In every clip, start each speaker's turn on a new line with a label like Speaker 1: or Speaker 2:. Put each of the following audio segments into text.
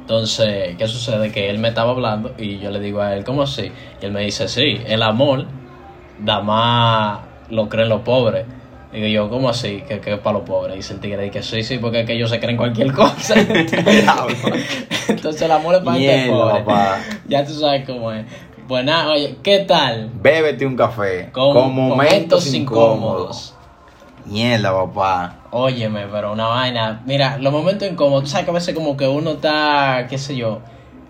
Speaker 1: Entonces, ¿qué sucede? Que él me estaba hablando y yo le digo a él, ¿cómo así? Y él me dice, sí, el amor da más lo creen los pobres. Digo yo, ¿cómo así? Que, que es para los pobres. Dice el tigre, que sí, sí, porque es que ellos se creen cualquier cosa. Entonces el amor es para gente
Speaker 2: Mierda,
Speaker 1: pobre.
Speaker 2: papá.
Speaker 1: Ya tú sabes cómo es. Pues nada, oye, ¿qué tal?
Speaker 2: Bébete un café. Con, momentos, incómodos. Mierda, papá.
Speaker 1: Óyeme, pero una vaina. Mira, los momentos incómodos, tú sabes que a veces como que uno está, qué sé yo,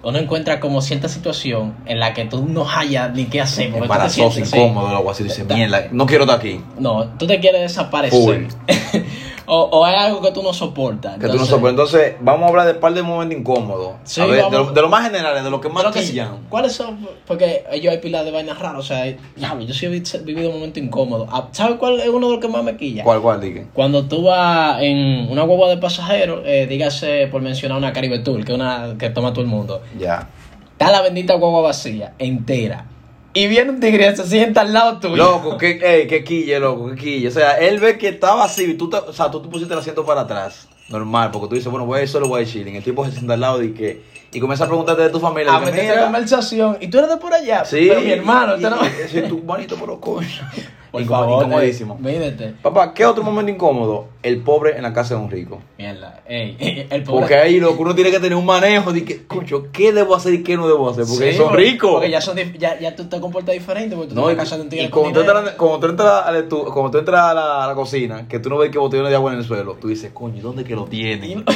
Speaker 1: uno encuentra como cierta situación en la que tú no hayas ni qué hacer. porque tú te
Speaker 2: Embarazoso,
Speaker 1: sientes, sí.
Speaker 2: incómodo, algo así. Dice,
Speaker 1: Da-
Speaker 2: mierda, no quiero estar aquí.
Speaker 1: No, tú te quieres desaparecer. o, o hay algo que tú no soportas.
Speaker 2: Que tú no
Speaker 1: Entonces,
Speaker 2: soportas. Entonces, vamos a hablar de un par de momentos incómodos.
Speaker 1: Sí,
Speaker 2: a ver, de
Speaker 1: vamos.
Speaker 2: lo, de lo más generales, de lo que más
Speaker 1: Pero que sí,
Speaker 2: quillan.
Speaker 1: ¿Cuáles son? Porque ellos hay pilas de vainas raras. O sea, diablo, yo sí he vi- vivido un momento incómodo. Ah, ¿Sabes cuál es uno de los que más me quilla?
Speaker 2: ¿Cuál, cuál, dije?
Speaker 1: Cuando tú vas en una guagua de pasajeros, eh, dígase por mencionar una Caribe Tour, que es una que toma todo el mundo,
Speaker 2: Ya.
Speaker 1: está la bendita guagua vacía, entera. Y viene un tigre y se sienta al lado tuyo.
Speaker 2: Loco, que, ey, que quille, loco, que quille. O sea, él ve que estaba así, y tú te- o sea, tú te pusiste el asiento para atrás. Normal, porque tú dices, bueno, voy a ir solo, voy a ir chilling. El tipo se sienta al lado y que. Y comienza a preguntarte de tu familia.
Speaker 1: a
Speaker 2: de que,
Speaker 1: meter
Speaker 2: "Mira,
Speaker 1: pues conversación. Y tú eres de por allá.
Speaker 2: Sí.
Speaker 1: Pero mi hermano,
Speaker 2: y-
Speaker 1: usted no-
Speaker 2: y- Sí, tú bonito, pero coño.
Speaker 1: Por
Speaker 2: Incómodo-
Speaker 1: favor,
Speaker 2: incomodísimo.
Speaker 1: eh, mídete.
Speaker 2: Papá, ¿qué otro momento incómodo? El pobre en la casa de un rico.
Speaker 1: Mierda. Ey, el pobre.
Speaker 2: Porque ahí lo que uno tiene que tener un manejo de que, coño, ¿qué debo hacer y qué no debo hacer? Porque
Speaker 1: Sí,
Speaker 2: son ricos.
Speaker 1: Porque ya, son, dif- ya, ya tú te comportas diferente. Porque tú
Speaker 2: No,
Speaker 1: te
Speaker 2: y,
Speaker 1: casas de un tigre
Speaker 2: y
Speaker 1: con
Speaker 2: cuando, tú
Speaker 1: dinero.
Speaker 2: entras, cuando tú entras a, la, tu- cuando tú entras a, la, a la cocina, que tú no ves que botellones de agua en el suelo, tú dices, coño, ¿y ¿dónde que lo
Speaker 1: Y-
Speaker 2: tienen?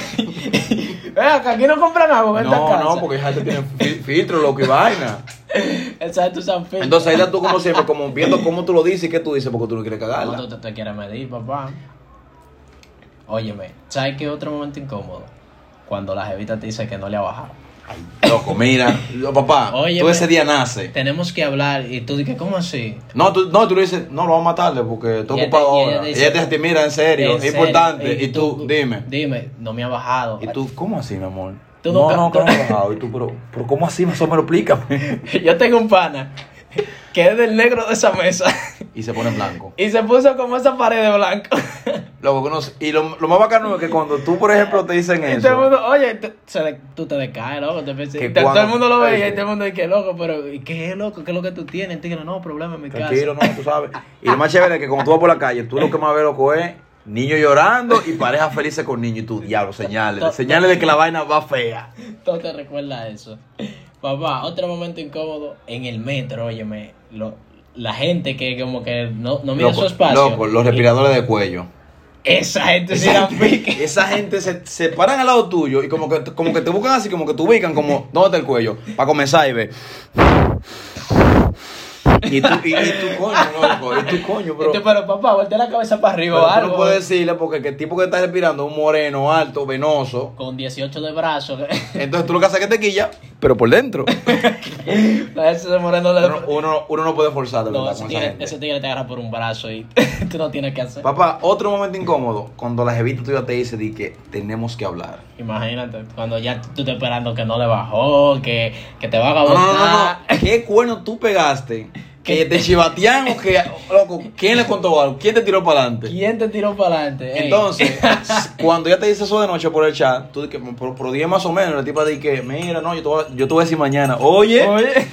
Speaker 1: Ven acá, aquí no compran agua en esta
Speaker 2: No,
Speaker 1: casa.
Speaker 2: no, porque esa gente tiene fil- filtro, loco, y vaina.
Speaker 1: Esa es tu San Pedro.
Speaker 2: Entonces ahí estás tú como siempre, como viendo cómo tú lo dices y qué tú dices, porque tú no quieres
Speaker 1: No, tú
Speaker 2: cagarla.
Speaker 1: te, te quieres medir, papá. Óyeme, ¿sabes qué otro momento incómodo? Cuando la jevita te dice que no le ha bajado.
Speaker 2: Loco, mira, yo, papá,
Speaker 1: Oye, pues.
Speaker 2: tú
Speaker 1: me-
Speaker 2: ese día nace.
Speaker 1: Tenemos que hablar y tú dices, ¿cómo así?
Speaker 2: No, tú, no, tú le dices, no, lo vamos a matarle porque estoy
Speaker 1: Y ella te-
Speaker 2: ocupado
Speaker 1: y ella
Speaker 2: ahora.
Speaker 1: te
Speaker 2: Y
Speaker 1: dice-
Speaker 2: ella te dice, mira, en serio,
Speaker 1: En
Speaker 2: es
Speaker 1: serio,
Speaker 2: importante. Y tú, dime.
Speaker 1: Dime, no me ha bajado.
Speaker 2: Y tú, ¿cómo así, mi amor?
Speaker 1: Tú
Speaker 2: no,
Speaker 1: nunca-
Speaker 2: no, que no me he bajado. Y tú, pero, pero ¿cómo así? Más o menos explícame.
Speaker 1: Yo tengo un pana que es del negro de esa mesa
Speaker 2: Y se pone en blanco.
Speaker 1: y se puso como esa pared de blanco.
Speaker 2: Lo que uno- y lo, lo más bacano es que cuando tú, por ejemplo, te dicen
Speaker 1: Y todo el
Speaker 2: eso,
Speaker 1: Este mundo, oye, tú, se le- tú te decaes, loco. Te pensé-
Speaker 2: Que
Speaker 1: te- todo el
Speaker 2: cuando-
Speaker 1: mundo lo veía y
Speaker 2: Oye.
Speaker 1: todo el mundo dice, loco, pero ¿y qué es loco? ¿Qué es lo que tú tienes? El tigre, no, problema en mi casa.
Speaker 2: tranquilo, no, tú sabes. Y lo más chévere es que cuando tú vas por la calle, tú lo que más ves, loco, es niños llorando y parejas felices con niños. Y tú, diablo,
Speaker 1: To-
Speaker 2: señales. Señales de que la vaina va fea.
Speaker 1: Todo te recuerda a eso. Papá, otro momento incómodo en el metro, óyeme. lo- la gente que como que no, no mira su espacio.
Speaker 2: loco, los respiradores de cuello.
Speaker 1: Esa gente sí la pique.
Speaker 2: Esa gente se, se paran al lado tuyo y como que, como que te buscan así, como que te ubican, como, ¿dónde está el cuello? Para comenzar y ver. Y tú, y, y tú, coño, loco, y tú, coño,
Speaker 1: Este,
Speaker 2: pero...
Speaker 1: pero papá, voltea la cabeza para arriba o
Speaker 2: pero tú
Speaker 1: algo. ¿eh?
Speaker 2: no puedes decirle porque el tipo que está respirando es un moreno, alto, venoso.
Speaker 1: Con 18 de brazo.
Speaker 2: Entonces tú lo que haces es que te quilla, pero por dentro.
Speaker 1: Ese se moreno de
Speaker 2: Uno, uno- uno no puede forzar, de
Speaker 1: No,
Speaker 2: verdad,
Speaker 1: ese
Speaker 2: con esa
Speaker 1: tigre, ese
Speaker 2: gente.
Speaker 1: tigre te agarra por un brazo y tú no tienes que hacer.
Speaker 2: Papá, otro momento incómodo, cuando la jevita tuya te dice di que tenemos que hablar.
Speaker 1: Imagínate, cuando ya tú estás esperando que no le bajó, que, que te va a
Speaker 2: No, no, no,
Speaker 1: botar.
Speaker 2: Ah, no. ¿Qué cuerno tú pegaste? ¿Que te chivatean o que, loco, quién le contó algo? ¿Quién te tiró para adelante?
Speaker 1: ¿Quién te tiró para adelante? Ey.
Speaker 2: Entonces, cuando ya te dice eso de noche por el chat, tú dices, por, por 10 más o menos, la tipa dice que, mira, no, yo te, voy a, yo te voy a decir mañana, oye,
Speaker 1: Oye,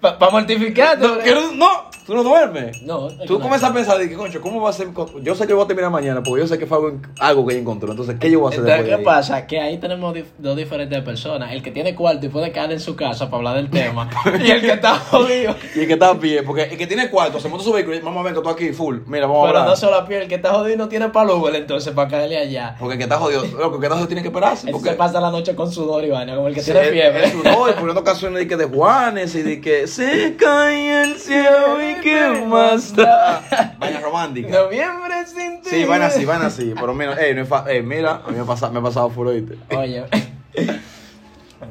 Speaker 1: para mortificarte.
Speaker 2: no, que no, no, tú no duermes.
Speaker 1: No, es que
Speaker 2: Tú
Speaker 1: no.
Speaker 2: comienzas a pensar, de que, concho, ¿cómo va a ser? co- Yo sé que voy a terminar mañana, porque yo sé que fue algo, en- algo que ella encontró. Entonces, ¿qué yo voy a hacer
Speaker 1: Entonces, ¿qué
Speaker 2: después de ahí?
Speaker 1: pasa? Que ahí tenemos dif- dos diferentes personas. El que tiene cuarto y puede quedar en su casa para hablar del tema.
Speaker 2: Pues,
Speaker 1: y el que está jodido.
Speaker 2: Y el que está a pie, porque el que tiene cuarto, se monta su vehículo y vamos a ver que tú aquí, full, mira, vamos a
Speaker 1: Pero
Speaker 2: hablar.
Speaker 1: no solo a pie, el que está jodido no tiene para Uber, entonces para caerle allá.
Speaker 2: Porque el que está jodido, loco, el que está jodido tiene que esperarse.
Speaker 1: Él
Speaker 2: Porque
Speaker 1: se pasa la noche con sudor y vaina, como el que
Speaker 2: Sí,
Speaker 1: tiene
Speaker 2: el-
Speaker 1: fiebre.
Speaker 2: el sudor, y poniendo canciones de, que de Juanes y de que se cae el cielo y qué más da. Ah, Vaina romántica.
Speaker 1: Noviembre sin ti.
Speaker 2: Sí, van así, van así. Pero mira, ey, no es fa- ey, mira, a mí me, pasa, me ha pasado full oíste.
Speaker 1: Oye,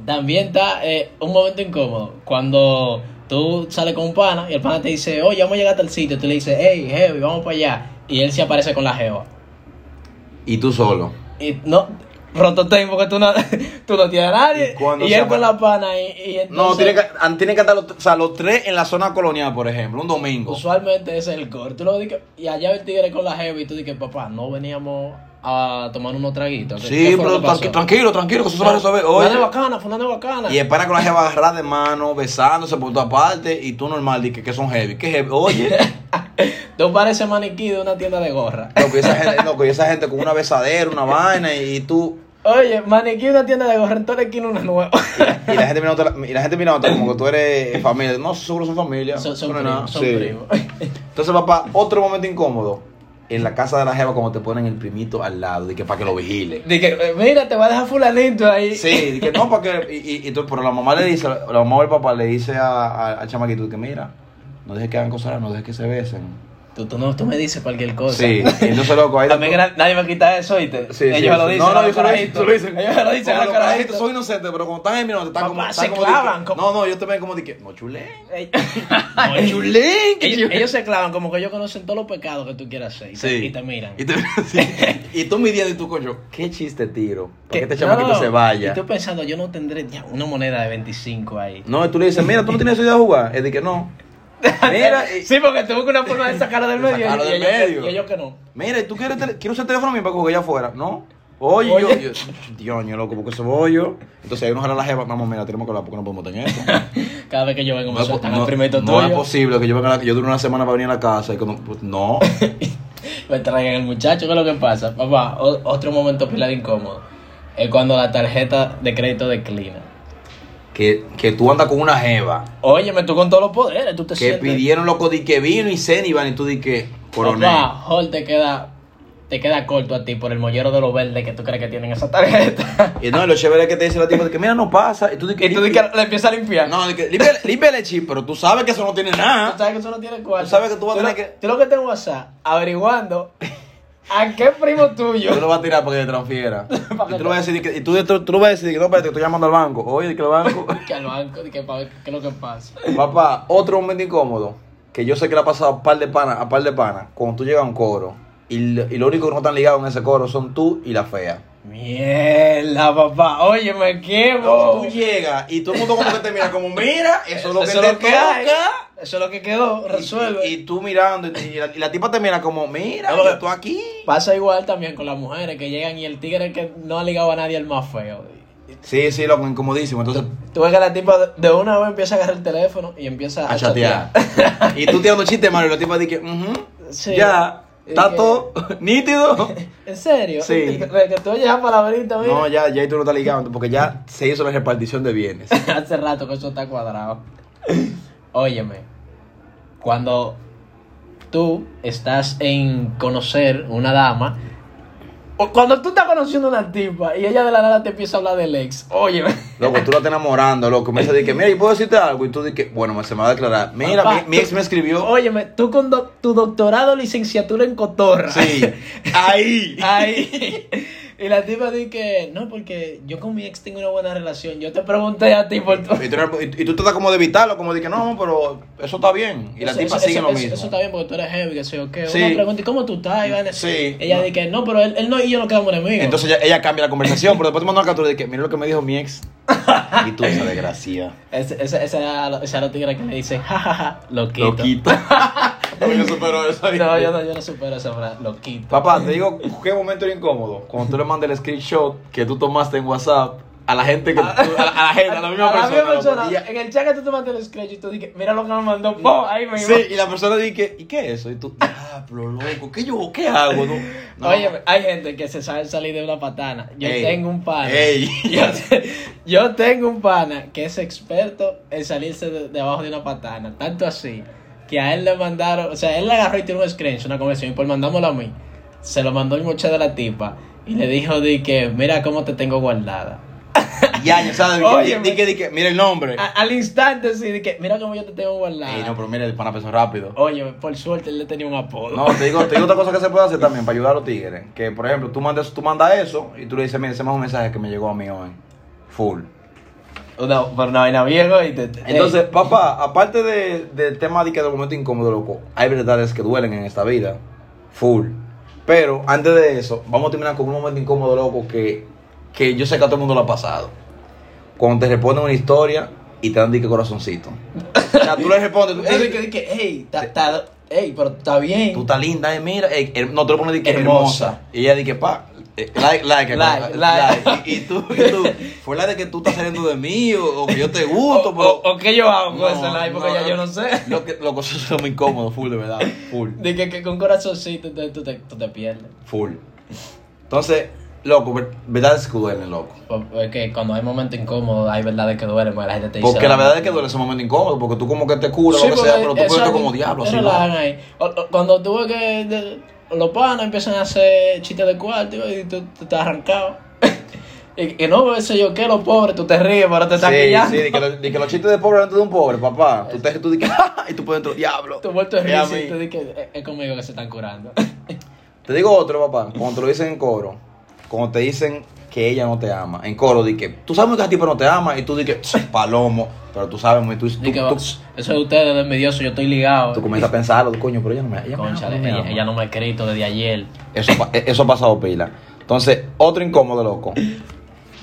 Speaker 1: también está eh, un momento incómodo cuando tú sales con un pana y el pana te dice, oye, vamos a llegar a tal sitio. Tú le dices, hey, heavy, vamos para allá. Y él se aparece con la jeva.
Speaker 2: Y tú solo.
Speaker 1: Y no, roto tiempo que tú no, tú no tienes a nadie.
Speaker 2: ¿Y cuándo
Speaker 1: Y,
Speaker 2: se
Speaker 1: él
Speaker 2: apa-
Speaker 1: con la pana. Y, y
Speaker 2: No,
Speaker 1: entonces,
Speaker 2: tiene que, an- tiene que estar los, o sea, los tres en la zona colonial, por ejemplo, un domingo.
Speaker 1: Usualmente ese es el core. Tú lo dices, y allá el tigre con la jeva y tú dices, papá, no veníamos a tomar unos traguitos. ¿Qué-
Speaker 2: Sí,
Speaker 1: qué fue
Speaker 2: pero
Speaker 1: lo que pasó?
Speaker 2: tranqui- tranquilo, tranquilo, que eso se va a resolver.
Speaker 1: Fulana es
Speaker 2: Oye,
Speaker 1: bacana, fulana es bacana.
Speaker 2: y espera que la jeva agarrar de mano, besándose por todas partes, y tú normal, di que, que son heavy. ¿Qué heavy? Oye,
Speaker 1: Tú pareces maniquí de una tienda de gorra.
Speaker 2: loco, y esa gente, loco, y esa gente con una besadera, una vaina, y, y tú.
Speaker 1: Oye, maniquí de una tienda de gorra, en toda la esquina una nueva.
Speaker 2: Y la gente mirándote, la- y la gente mirándote como que tú eres familia. No, seguro son familia.
Speaker 1: son son
Speaker 2: no es nada.
Speaker 1: primos, son
Speaker 2: Sí.
Speaker 1: primos.
Speaker 2: Entonces, papá, otro momento incómodo. En la casa de la jeva, cuando te ponen el primito al lado, y que para que lo vigile.
Speaker 1: Dije, mira, te va a dejar fulanito ahí.
Speaker 2: Sí, di que no, porque. Y, y- y tú- pero la mamá le dice, la mamá o el papá le dice a, a- al chamaquito que mira, no dejes que hagan cosas, no dejes que se besen.
Speaker 1: Tú, tú no, tú me dices cualquier cosa.
Speaker 2: Sí, y entonces loco, ahí.
Speaker 1: A mí gra- nadie me quita eso, ¿oíste?
Speaker 2: Sí, sí,
Speaker 1: Ellos me lo
Speaker 2: sí.
Speaker 1: dicen,
Speaker 2: No,
Speaker 1: a
Speaker 2: no,
Speaker 1: los
Speaker 2: ellos lo dicen,
Speaker 1: carajitos.
Speaker 2: lo dicen.
Speaker 1: Ellos me lo dicen, a
Speaker 2: Como
Speaker 1: los
Speaker 2: los carajitos,
Speaker 1: carajitos.
Speaker 2: soy inocente, pero cuando están en mi no, te están
Speaker 1: Papá,
Speaker 2: como.
Speaker 1: se
Speaker 2: están como
Speaker 1: clavan,
Speaker 2: de que-
Speaker 1: como-
Speaker 2: No, no, yo te ven como de que. No chulé.
Speaker 1: Ey.
Speaker 2: No chulé. que
Speaker 1: ellos,
Speaker 2: yo-
Speaker 1: ellos se clavan como que ellos conocen todos los pecados que tú quieras hacer y, te, y te miran.
Speaker 2: Y, te- sí. Y tú midiendo y tú, coño, qué chiste tiro. Para que,
Speaker 1: Que-
Speaker 2: este chamaquito
Speaker 1: no,
Speaker 2: se vaya.
Speaker 1: Y tú pensando, yo no tendré ya una moneda de 25 ahí.
Speaker 2: No, y tú le dices, mira, tú no tienes idea de jugar. Es de que no. Mira, eh, y-
Speaker 1: Eh, Sí, porque te busca una forma de sacarlo del
Speaker 2: De
Speaker 1: medio. y-
Speaker 2: sacarlo
Speaker 1: y,
Speaker 2: del
Speaker 1: ellos,
Speaker 2: medio.
Speaker 1: y ellos que no.
Speaker 2: Mira, ¿y tú quieres tele- quiero usar el teléfono mío para que ya afuera? ¿No? Oye, yo,
Speaker 1: Oye.
Speaker 2: yo, Dios, yo loco, porque se voy yo. Entonces ahí nos jala la jeva, vamos, mira, tenemos que hablar porque no podemos tener esto.
Speaker 1: Cada vez que yo vengo me
Speaker 2: es po-
Speaker 1: sueltan el primito
Speaker 2: no es
Speaker 1: tuyo,
Speaker 2: posible que yo venga, a la- yo dure una semana para venir a la casa y cuando, pues, no.
Speaker 1: me traigan el muchacho, ¿qué es lo que pasa? Papá, o- otro momento pilar incómodo. Es cuando la tarjeta de crédito declina.
Speaker 2: que, que tú andas con una jeva
Speaker 1: Óyeme, tú con todos los poderes, tú te
Speaker 2: que
Speaker 1: sientes...
Speaker 2: pidieron loco di que vino y cena y van y tú di que coronel.
Speaker 1: Papá, Hall te queda, te queda corto a ti por el mollero de los verdes que tú crees que tienen esa tarjeta.
Speaker 2: Y no, y lo chévere es que te dice la tipa de que mira, no pasa. Y tú di que.
Speaker 1: y tú dices que le empiezas a limpiar.
Speaker 2: No, di que límpiale- límpiale el chip, pero tú sabes que eso no tiene
Speaker 1: Tú
Speaker 2: nada.
Speaker 1: sabes que eso no tiene cuarto.
Speaker 2: Tú sabes que tú vas a
Speaker 1: Tú
Speaker 2: tener
Speaker 1: lo-
Speaker 2: que-
Speaker 1: Tú lo que tengo WhatsApp, averiguando a qué primo tuyo.
Speaker 2: Tú lo vas a tirar para que te transfiera.
Speaker 1: Para
Speaker 2: y
Speaker 1: que
Speaker 2: tú lo vas a decir, que- y tú, tú, tú lo vas a decir, que no, espérate, que estoy llamando al banco. Oye, di que el banco.
Speaker 1: Que al banco, de que para ver qué es lo que pasa.
Speaker 2: Papá, otro momento incómodo, que yo sé que le ha pasado a par de pana, a par de pana, cuando tú llegas a un coro, y, lo- y lo único que no están ligados en ese coro son tú y la fea.
Speaker 1: Mierda, papá. Oye, me
Speaker 2: Cuando
Speaker 1: quemo.
Speaker 2: tú llegas y todo el mundo como que te mira, como mira, eso es lo que
Speaker 1: Eso
Speaker 2: te
Speaker 1: es lo que
Speaker 2: toca.
Speaker 1: hay. Eso es lo que quedó. Resuelve.
Speaker 2: Y, y tú mirando, y, y la, y la tipa te mira como, mira,
Speaker 1: No,
Speaker 2: yo
Speaker 1: porque-
Speaker 2: tú aquí.
Speaker 1: Pasa igual también con las mujeres que llegan y el tigre que no ha ligado a nadie el más feo.
Speaker 2: Sí, sí, loco, incomodísimo. Entonces,
Speaker 1: Tú ves que la tipa de una vez empieza a agarrar el teléfono y empieza a,
Speaker 2: a chatear. y tú tirando chistes, Mario, y la tipa dice, ujú,
Speaker 1: Sí.
Speaker 2: ya, está
Speaker 1: Y que-
Speaker 2: todo nítido.
Speaker 1: ¿En serio?
Speaker 2: Sí.
Speaker 1: Que que tú oyes esa palabrita, mira.
Speaker 2: no, ya, ya ahí tú no estás ligado, porque ya se hizo la repartición de bienes.
Speaker 1: Hace rato que eso está cuadrado. Óyeme, cuando tú estás en conocer una dama, o cuando tú estás conociendo una tipa y ella de la nada te empieza a hablar del ex, óyeme.
Speaker 2: Loco, tú la estás enamorando, loco. Me dice, de que, mira, ¿y puedo decirte algo? Y tú dices, bueno, me- se me va a declarar. Mira,
Speaker 1: Papá,
Speaker 2: mi, mi ex me escribió.
Speaker 1: Óyeme, tú con do- tu doctorado, licenciatura en cotorra.
Speaker 2: Sí. Ahí.
Speaker 1: Ahí. Y la tipa dice que, no, porque yo con mi ex tengo una buena relación. Yo te pregunté a ti por tu...
Speaker 2: Y tú, no- y- y tú tratas como de evitarlo, como de que no, pero eso está bien. Y la
Speaker 1: Eso-
Speaker 2: tipa
Speaker 1: eso-
Speaker 2: sigue
Speaker 1: eso-
Speaker 2: lo
Speaker 1: eso-
Speaker 2: mismo.
Speaker 1: Eso está bien porque tú eres heavy, que sé yo qué.
Speaker 2: Sí.
Speaker 1: Una pregunta, ¿y cómo tú estás, Iván?
Speaker 2: Sí.
Speaker 1: Ella dice que no, pero él, él no y yo no quedamos enemigos.
Speaker 2: Entonces ella, ella cambia la conversación, pero después te manda una captura de que, mira lo que me dijo mi ex. Y tú, esa desgracia.
Speaker 1: Ese- ese- ese era lo- esa es la tigre que le dice, jajaja, loquito.
Speaker 2: Loquito. No, yo supero eso.
Speaker 1: No, yo no, yo no supero esa frase, loquito.
Speaker 2: Papá, te digo, qué momento era incómodo. Cuando tú le mandas el screenshot que tú tomaste en WhatsApp a la gente que. A, la- a la gente, a la misma
Speaker 1: Ah. A
Speaker 2: persona. loco.
Speaker 1: persona,
Speaker 2: Y ya-
Speaker 1: en el chat que tú te mandas el scratch y tú dices, mira lo que me mandó, po, Oh, ahí me
Speaker 2: Sí, y la persona dice, ¿y qué es eso? Y tú, diablo, loco, ¿qué yo qué hago? No, no.
Speaker 1: Oye, hay gente que se sabe salir de una patana. Yo
Speaker 2: Ey.
Speaker 1: tengo un pana.
Speaker 2: Ey.
Speaker 1: Yo, te- yo tengo un pana que es experto en salirse de, de abajo de una patana. Tanto así que a él le mandaron, o sea, él le agarró y tiró un screenshot, una conversación, y por mandámoslo a mí. Se lo mandó el muchacho de la tipa y le dijo de que, mira cómo te tengo guardada.
Speaker 2: Ya, ya sabes,
Speaker 1: Oye, Ah,
Speaker 2: di- di que, di que, mira el nombre.
Speaker 1: A- al instante sí, de que, mira cómo yo te tengo guardada.
Speaker 2: Ey, no, pero mira, el pana pensó rápido.
Speaker 1: Oye, por suerte él le tenía un apodo.
Speaker 2: No, te digo, te digo otra cosa que se puede hacer también para ayudar a los tigres. Que, por ejemplo, tú mandas, tú mandas eso y tú le dices, mira, ese es un mensaje que me llegó a mí hoy. Full.
Speaker 1: Una, por una vaina vieja y te... te-
Speaker 2: Entonces, papá, aparte de, del tema de que de momento incómodo, loco, hay verdades que duelen en esta vida. Full. Pero antes de eso, vamos a terminar con un momento incómodo, loco, que, que yo sé que a todo el mundo lo ha pasado. Cuando te responden una historia y te dan de que corazoncito. O sea, tú le respondes, tú,
Speaker 1: Entonces,
Speaker 2: "Ey,
Speaker 1: que dije, hey, ta- ta- ey, pero está bien.
Speaker 2: tú estás linda, eh, mira. eh, her- no, tú le pones de que hermosa.
Speaker 1: Hermosa.
Speaker 2: Y ella dice, pa, Eh, Like, like,
Speaker 1: Like, like.
Speaker 2: Y, y tú, y tú, fue la de que tú estás saliendo de mí o, o que yo te gusto,
Speaker 1: o,
Speaker 2: pero.
Speaker 1: o- o qué yo hago con
Speaker 2: No,
Speaker 1: ese like? Porque ya yo no sé.
Speaker 2: Lo que, loco, eso es muy incómodo, full, de verdad. Full.
Speaker 1: De que, que con corazoncito tú te, tú te- tú te pierdes.
Speaker 2: Full. Entonces, loco, ver- verdad es que duelen, loco.
Speaker 1: O- Es que cuando hay momentos incómodos, hay verdades que duelen, porque la gente te dice. "Ah".
Speaker 2: Porque la verdad es que duele ese momento incómodo, porque tú como que te curas,
Speaker 1: Sí,
Speaker 2: lo que
Speaker 1: porque
Speaker 2: sea, pero tú
Speaker 1: eso
Speaker 2: estás
Speaker 1: es-
Speaker 2: como diablo, así,
Speaker 1: eso
Speaker 2: ¿no?
Speaker 1: la hagan ahí. O- o- Cuando tú ves que de- los panos empiezan a hacer chistes de cuarto y tú, tú estás arrancado. y, y no, sé yo qué, los pobres, tú te ríes, pero te estás
Speaker 2: Sí,
Speaker 1: quillando.
Speaker 2: sí, de que, lo- de que los chistes de pobre antes de un pobre, papá. Tú te tú de que, y tú puedes entrar, diablo.
Speaker 1: Tú vuelto a
Speaker 2: Es a
Speaker 1: reír y
Speaker 2: mí.
Speaker 1: tú dices que es- es conmigo que se están curando.
Speaker 2: Te digo otro, papá, cuando te lo dicen en coro, cuando te dicen que ella no te ama, en coro, di que tú sabes que a ti pero no te ama, y tú di que palomo, pero tú sabes, muy- tú, tú,
Speaker 1: Di que, "Oh,
Speaker 2: tú,
Speaker 1: "Eso es ustedes, envidioso, yo estoy ligado.
Speaker 2: tú comienzas a pensarlo, coño, pero ella no me, ella me ama,
Speaker 1: Cónchale,
Speaker 2: no me
Speaker 1: ella,
Speaker 2: ama.
Speaker 1: ella no me ha escrito desde ayer.
Speaker 2: Eso, pa- eh, eso ha pasado pila. Entonces, otro incómodo, loco.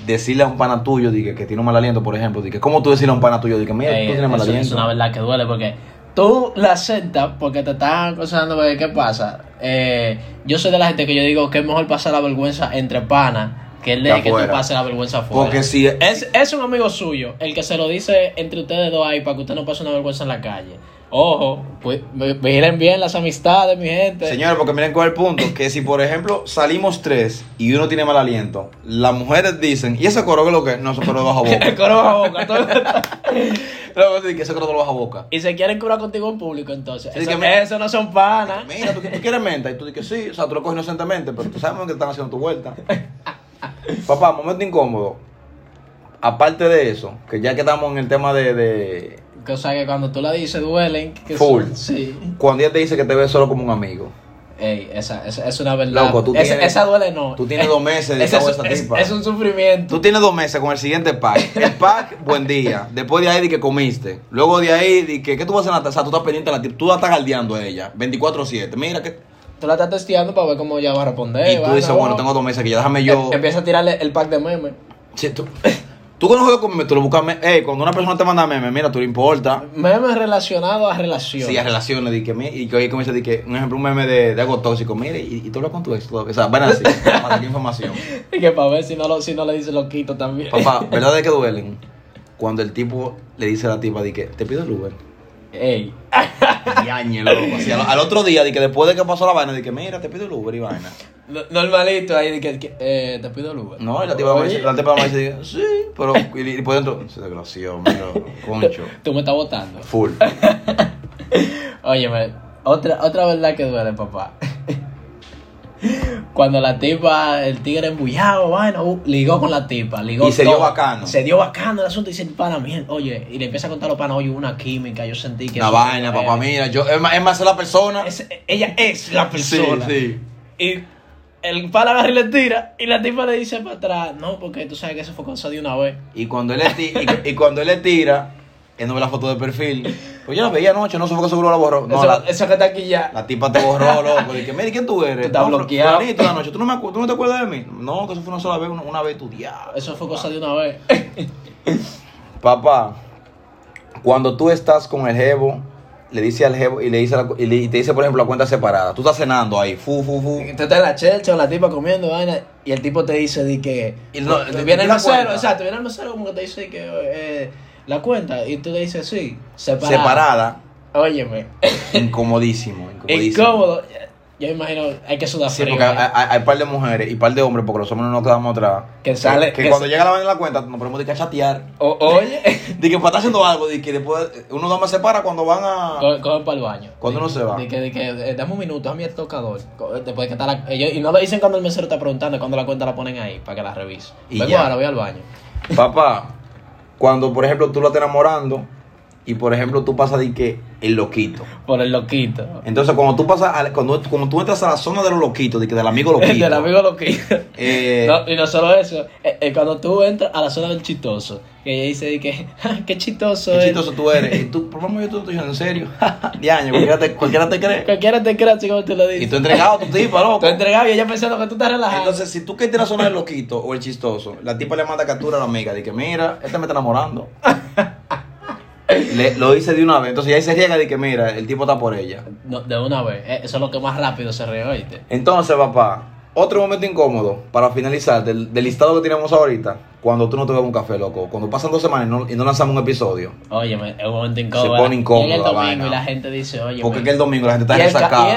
Speaker 2: Decirle a un pana tuyo di que, que tiene un mal aliento, por ejemplo, di que, ¿cómo tú decirle a un pana tuyo? Di que, mira,
Speaker 1: Ey,
Speaker 2: tú tienes mal
Speaker 1: Eh, eso-
Speaker 2: aliento.
Speaker 1: Es una verdad que duele porque tú la aceptas porque te están acosando. Porque, ¿qué pasa? Eh, yo soy de la gente que yo digo que es mejor pasar la vergüenza entre panas que el de
Speaker 2: Que
Speaker 1: que, tú
Speaker 2: afuera.
Speaker 1: pases la vergüenza afuera.
Speaker 2: Porque si-
Speaker 1: es, es un amigo suyo el que se lo dice entre ustedes dos ahí para que usted no pase una vergüenza en la calle. Ojo, pues, vi- vigilen bien las amistades, mi gente.
Speaker 2: Señores, porque miren cuál es el punto. Que si, por ejemplo, salimos tres y uno tiene mal aliento, las mujeres dicen, ¿y ese coro que es lo que? es?". No, ese coro de baja boca.
Speaker 1: Coro bajo boca, todo-
Speaker 2: Luego dicen que ese coro de baja boca.
Speaker 1: y se quieren curar contigo en público, entonces.
Speaker 2: Sí,
Speaker 1: eso,
Speaker 2: que me-
Speaker 1: eso no son panas.
Speaker 2: Mira, ¿tú, tú quieres menta? Y tú dices, sí, o sea, tú lo coges inocentemente, pero tú sabes que están haciendo tu vuelta. Papá, momento incómodo. Aparte de eso, que ya que estamos en el tema de- de,
Speaker 1: Cosa que cuando tú la dices duelen. Que
Speaker 2: Full.
Speaker 1: son- sí.
Speaker 2: Cuando ella te dice que te ve solo como un amigo.
Speaker 1: Ey, esa, esa es una verdad.
Speaker 2: Loco, tú
Speaker 1: Esa-
Speaker 2: tienes-
Speaker 1: esa duele no.
Speaker 2: tú tienes dos meses
Speaker 1: Esa
Speaker 2: dedicado a
Speaker 1: es,
Speaker 2: esa
Speaker 1: es-
Speaker 2: tipa.
Speaker 1: es un sufrimiento.
Speaker 2: Tú tienes dos meses con el siguiente pack. El pack, buen día. Después de ahí, di que comiste. Luego de ahí, di que, ¿qué tú vas a hacer en la taza? Tú estás pendiente de la tipa. Tú la estás galdeando a ella. 24-7. Mira que.
Speaker 1: Tú la estás testeando para ver cómo ella va a responder.
Speaker 2: y tú dices, bueno, tengo dos meses aquí. Ya déjame yo.
Speaker 1: Empieza a tirarle el pack de memes.
Speaker 2: Sí, tú, tú que no juegas conmigo, tú lo buscas. me- Ey, cuando una persona te manda meme, mira, tú le importa.
Speaker 1: Memes relacionados a relación.
Speaker 2: Sí, a relaciones, di que, mi- y que hoy comienza, di que, un ejemplo, un meme de, de algo tóxico. Mire, y, y tú hablas con tu ex. todo. O sea, van así, para qué información.
Speaker 1: Y que para ver si no, lo, si no le dice loquito también.
Speaker 2: Papá, ¿verdad de que duelen? Cuando el tipo le dice a la tipa, di que, te pido el Uber.
Speaker 1: Ey.
Speaker 2: Yañe, loco. Así, al, al otro día, di que después de que pasó la vaina, di que, mira, te pido el Uber y vaina.
Speaker 1: no- Normalito ahí de que, que, eh, te pido el Uber.
Speaker 2: No, y la tipa me
Speaker 1: Oye,
Speaker 2: dice, la tipa me dice, di que, sí, pero, y, y por dentro, se desgració, mira, concho.
Speaker 1: Tú me estás votando.
Speaker 2: Full.
Speaker 1: Óyeme, otra, otra verdad que duele, papá. Cuando la tipa, el tigre embullado, bueno, uh, ligó con la tipa, ligó
Speaker 2: Y se dio
Speaker 1: todo.
Speaker 2: bacano.
Speaker 1: Se dio bacano el asunto y dice, pana, mierda, oye, y le empieza a contar a los panas, oye, hubo una química, yo sentí que...
Speaker 2: Una
Speaker 1: eso-
Speaker 2: vaina,
Speaker 1: eh,
Speaker 2: papá, mira, yo, es más, es más la persona.
Speaker 1: es- ella es la
Speaker 2: Sí,
Speaker 1: persona.
Speaker 2: sí.
Speaker 1: Y el pana agarra y le tira, y la tipa le dice para atrás, no, porque tú sabes que eso fue cosa de una vez.
Speaker 2: Y cuando él le tira, y, y cuando él le tira, él no ve la foto de perfil. Pues yo la veía anoche, no sé por qué seguro la borró. No,
Speaker 1: eso,
Speaker 2: la,
Speaker 1: eso que está aquí ya.
Speaker 2: La tipa te borró, loco. Dije, mira, ¿y ¿quién tú eres?
Speaker 1: Tú estás
Speaker 2: No,
Speaker 1: bloqueado.
Speaker 2: fulanito, la noche. ¿Tú no, me acu- ¿Tú no te acuerdas de mí? No, que eso fue una sola vez, una, una vez tu diablo.
Speaker 1: Eso fue cosa de una vez.
Speaker 2: Papá, cuando tú estás con el jevo, le dice al jevo y le dice, a la cu- y, le- y te dice, por ejemplo, la cuenta separada. Tú estás cenando ahí, fu, fu, fu.
Speaker 1: Tú estás en la chelcha o la tipa comiendo vaina y el tipo te dice de que.
Speaker 2: Y no,
Speaker 1: te
Speaker 2: te
Speaker 1: viene el
Speaker 2: la
Speaker 1: mesero,
Speaker 2: cuenta.
Speaker 1: exacto, viene el mesero como que te dice que. eh, la cuenta y tú le dices sí, separada.
Speaker 2: Separada.
Speaker 1: Óyeme,
Speaker 2: Incomodísimo, incomodísimo.
Speaker 1: incómodo. Yo imagino, hay que sudar
Speaker 2: Sí,
Speaker 1: frío,
Speaker 2: porque ah, hay,
Speaker 1: ¿eh?
Speaker 2: hay- hay par de mujeres y par de hombres, porque los hombres no nos quedamos atrás.
Speaker 1: Que sale-
Speaker 2: Que,
Speaker 1: que
Speaker 2: cuando
Speaker 1: sa-
Speaker 2: llega la vaina de la cuenta, nos ponemos de que a chatear.
Speaker 1: O- oye,
Speaker 2: De que para estar haciendo algo, de que después eh, uno no más separa cuando van a.
Speaker 1: coge, para el baño.
Speaker 2: ¿Cuándo
Speaker 1: Di-
Speaker 2: uno se va?
Speaker 1: di que, di que, eh, dame un minuto, dame el tocador. Co- Después que está la- ellos- y no lo dicen cuando el mesero está preguntando, cuando la cuenta la ponen ahí para que la revise.
Speaker 2: Y
Speaker 1: Vengo
Speaker 2: ya.
Speaker 1: ahora, voy al baño.
Speaker 2: Papá, cuando por ejemplo tú lo estás enamorando y por ejemplo tú pasas de que el loquito.
Speaker 1: Por el loquito.
Speaker 2: Entonces cuando tú pasas, al- cuando, cuando tú entras a la zona de los loquitos, de que del amigo loquito.
Speaker 1: Del amigo loquito.
Speaker 2: eh,
Speaker 1: No, y no solo eso, eh, eh, cuando tú entras a la zona del chistoso, que ella dice de que, "Ja, qué chistoso
Speaker 2: qué
Speaker 1: es.
Speaker 2: chistoso tú eres. Y tú, por favor, yo te estoy diciendo en serio. De año, cualquiera te, cualquiera te cree.
Speaker 1: Cualquiera te crea así como tú lo
Speaker 2: Y
Speaker 1: dices.
Speaker 2: tú entregado a tu tipa, loco.
Speaker 1: Tú entregado y ella pensando que tú estás relajado.
Speaker 2: Entonces, si tú quieres la zona del loquito o el chistoso, la tipa le manda captura a la amiga. De que, mira, este me está enamorando. Le- lo hice de una vez. Entonces, ya ahí se riega de que, mira, el tipo está por ella.
Speaker 1: No, de una vez, eh, eso es lo que más rápido se ríe, oíste.
Speaker 2: Entonces, papá, Otro momento incómodo, para finalizar, del, del listado que tenemos ahorita, cuando tú no te bebes un café, loco. Cuando pasan dos semanas y no, y no lanzamos un episodio.
Speaker 1: Oye, es un momento incómodo.
Speaker 2: pone
Speaker 1: ¿verdad?
Speaker 2: incómodo
Speaker 1: Llega el
Speaker 2: la
Speaker 1: domingo
Speaker 2: vaina.
Speaker 1: y la gente dice, oye.
Speaker 2: Porque es
Speaker 1: men,
Speaker 2: que el domingo la gente está
Speaker 1: Y el ca-
Speaker 2: resacada.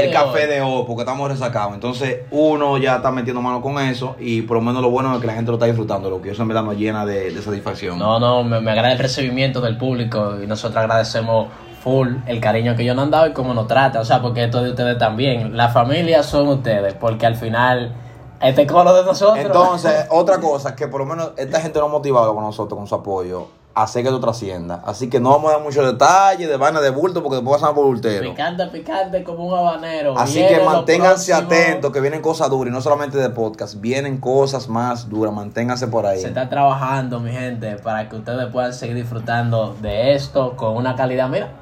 Speaker 1: y el café de hoy.
Speaker 2: de hoy, porque estamos resacados. Entonces, uno ya está metiendo mano con eso. Y por lo menos lo bueno es que la gente lo está disfrutando, lo que eso en verdad nos llena de, de satisfacción.
Speaker 1: No, no, me, me agrada el recibimiento del público y nosotros agradecemos full el cariño que ellos nos han dado y cómo nos tratan. O sea, porque esto es de ustedes también. La familia son ustedes, porque al final este coro de nosotros.
Speaker 2: Entonces, otra cosa, que por lo menos esta gente nos ha motivado con nosotros, con su apoyo, a hacer que esto trascienda. Así que no vamos a dar muchos detalles de vaina de bulto, porque después pasamos por bultero.
Speaker 1: picante, picante como un habanero.
Speaker 2: Así
Speaker 1: Viene
Speaker 2: que
Speaker 1: lo
Speaker 2: manténganse
Speaker 1: próximo.
Speaker 2: atentos, que vienen cosas duras, y no solamente de podcast, vienen cosas más duras, manténganse por ahí.
Speaker 1: Se está trabajando, mi gente, para que ustedes puedan seguir disfrutando de esto con una calidad. Mira,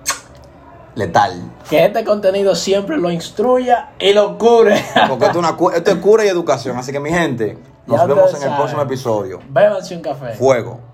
Speaker 2: Letal.
Speaker 1: que este contenido siempre lo instruya y lo cure.
Speaker 2: Porque esto es, una cu- esto es cura y educación. Así que mi gente,
Speaker 1: Ya
Speaker 2: nos vemos en
Speaker 1: ustedes
Speaker 2: el próximo
Speaker 1: saben.
Speaker 2: episodio.
Speaker 1: Bébanse un café.
Speaker 2: Fuego.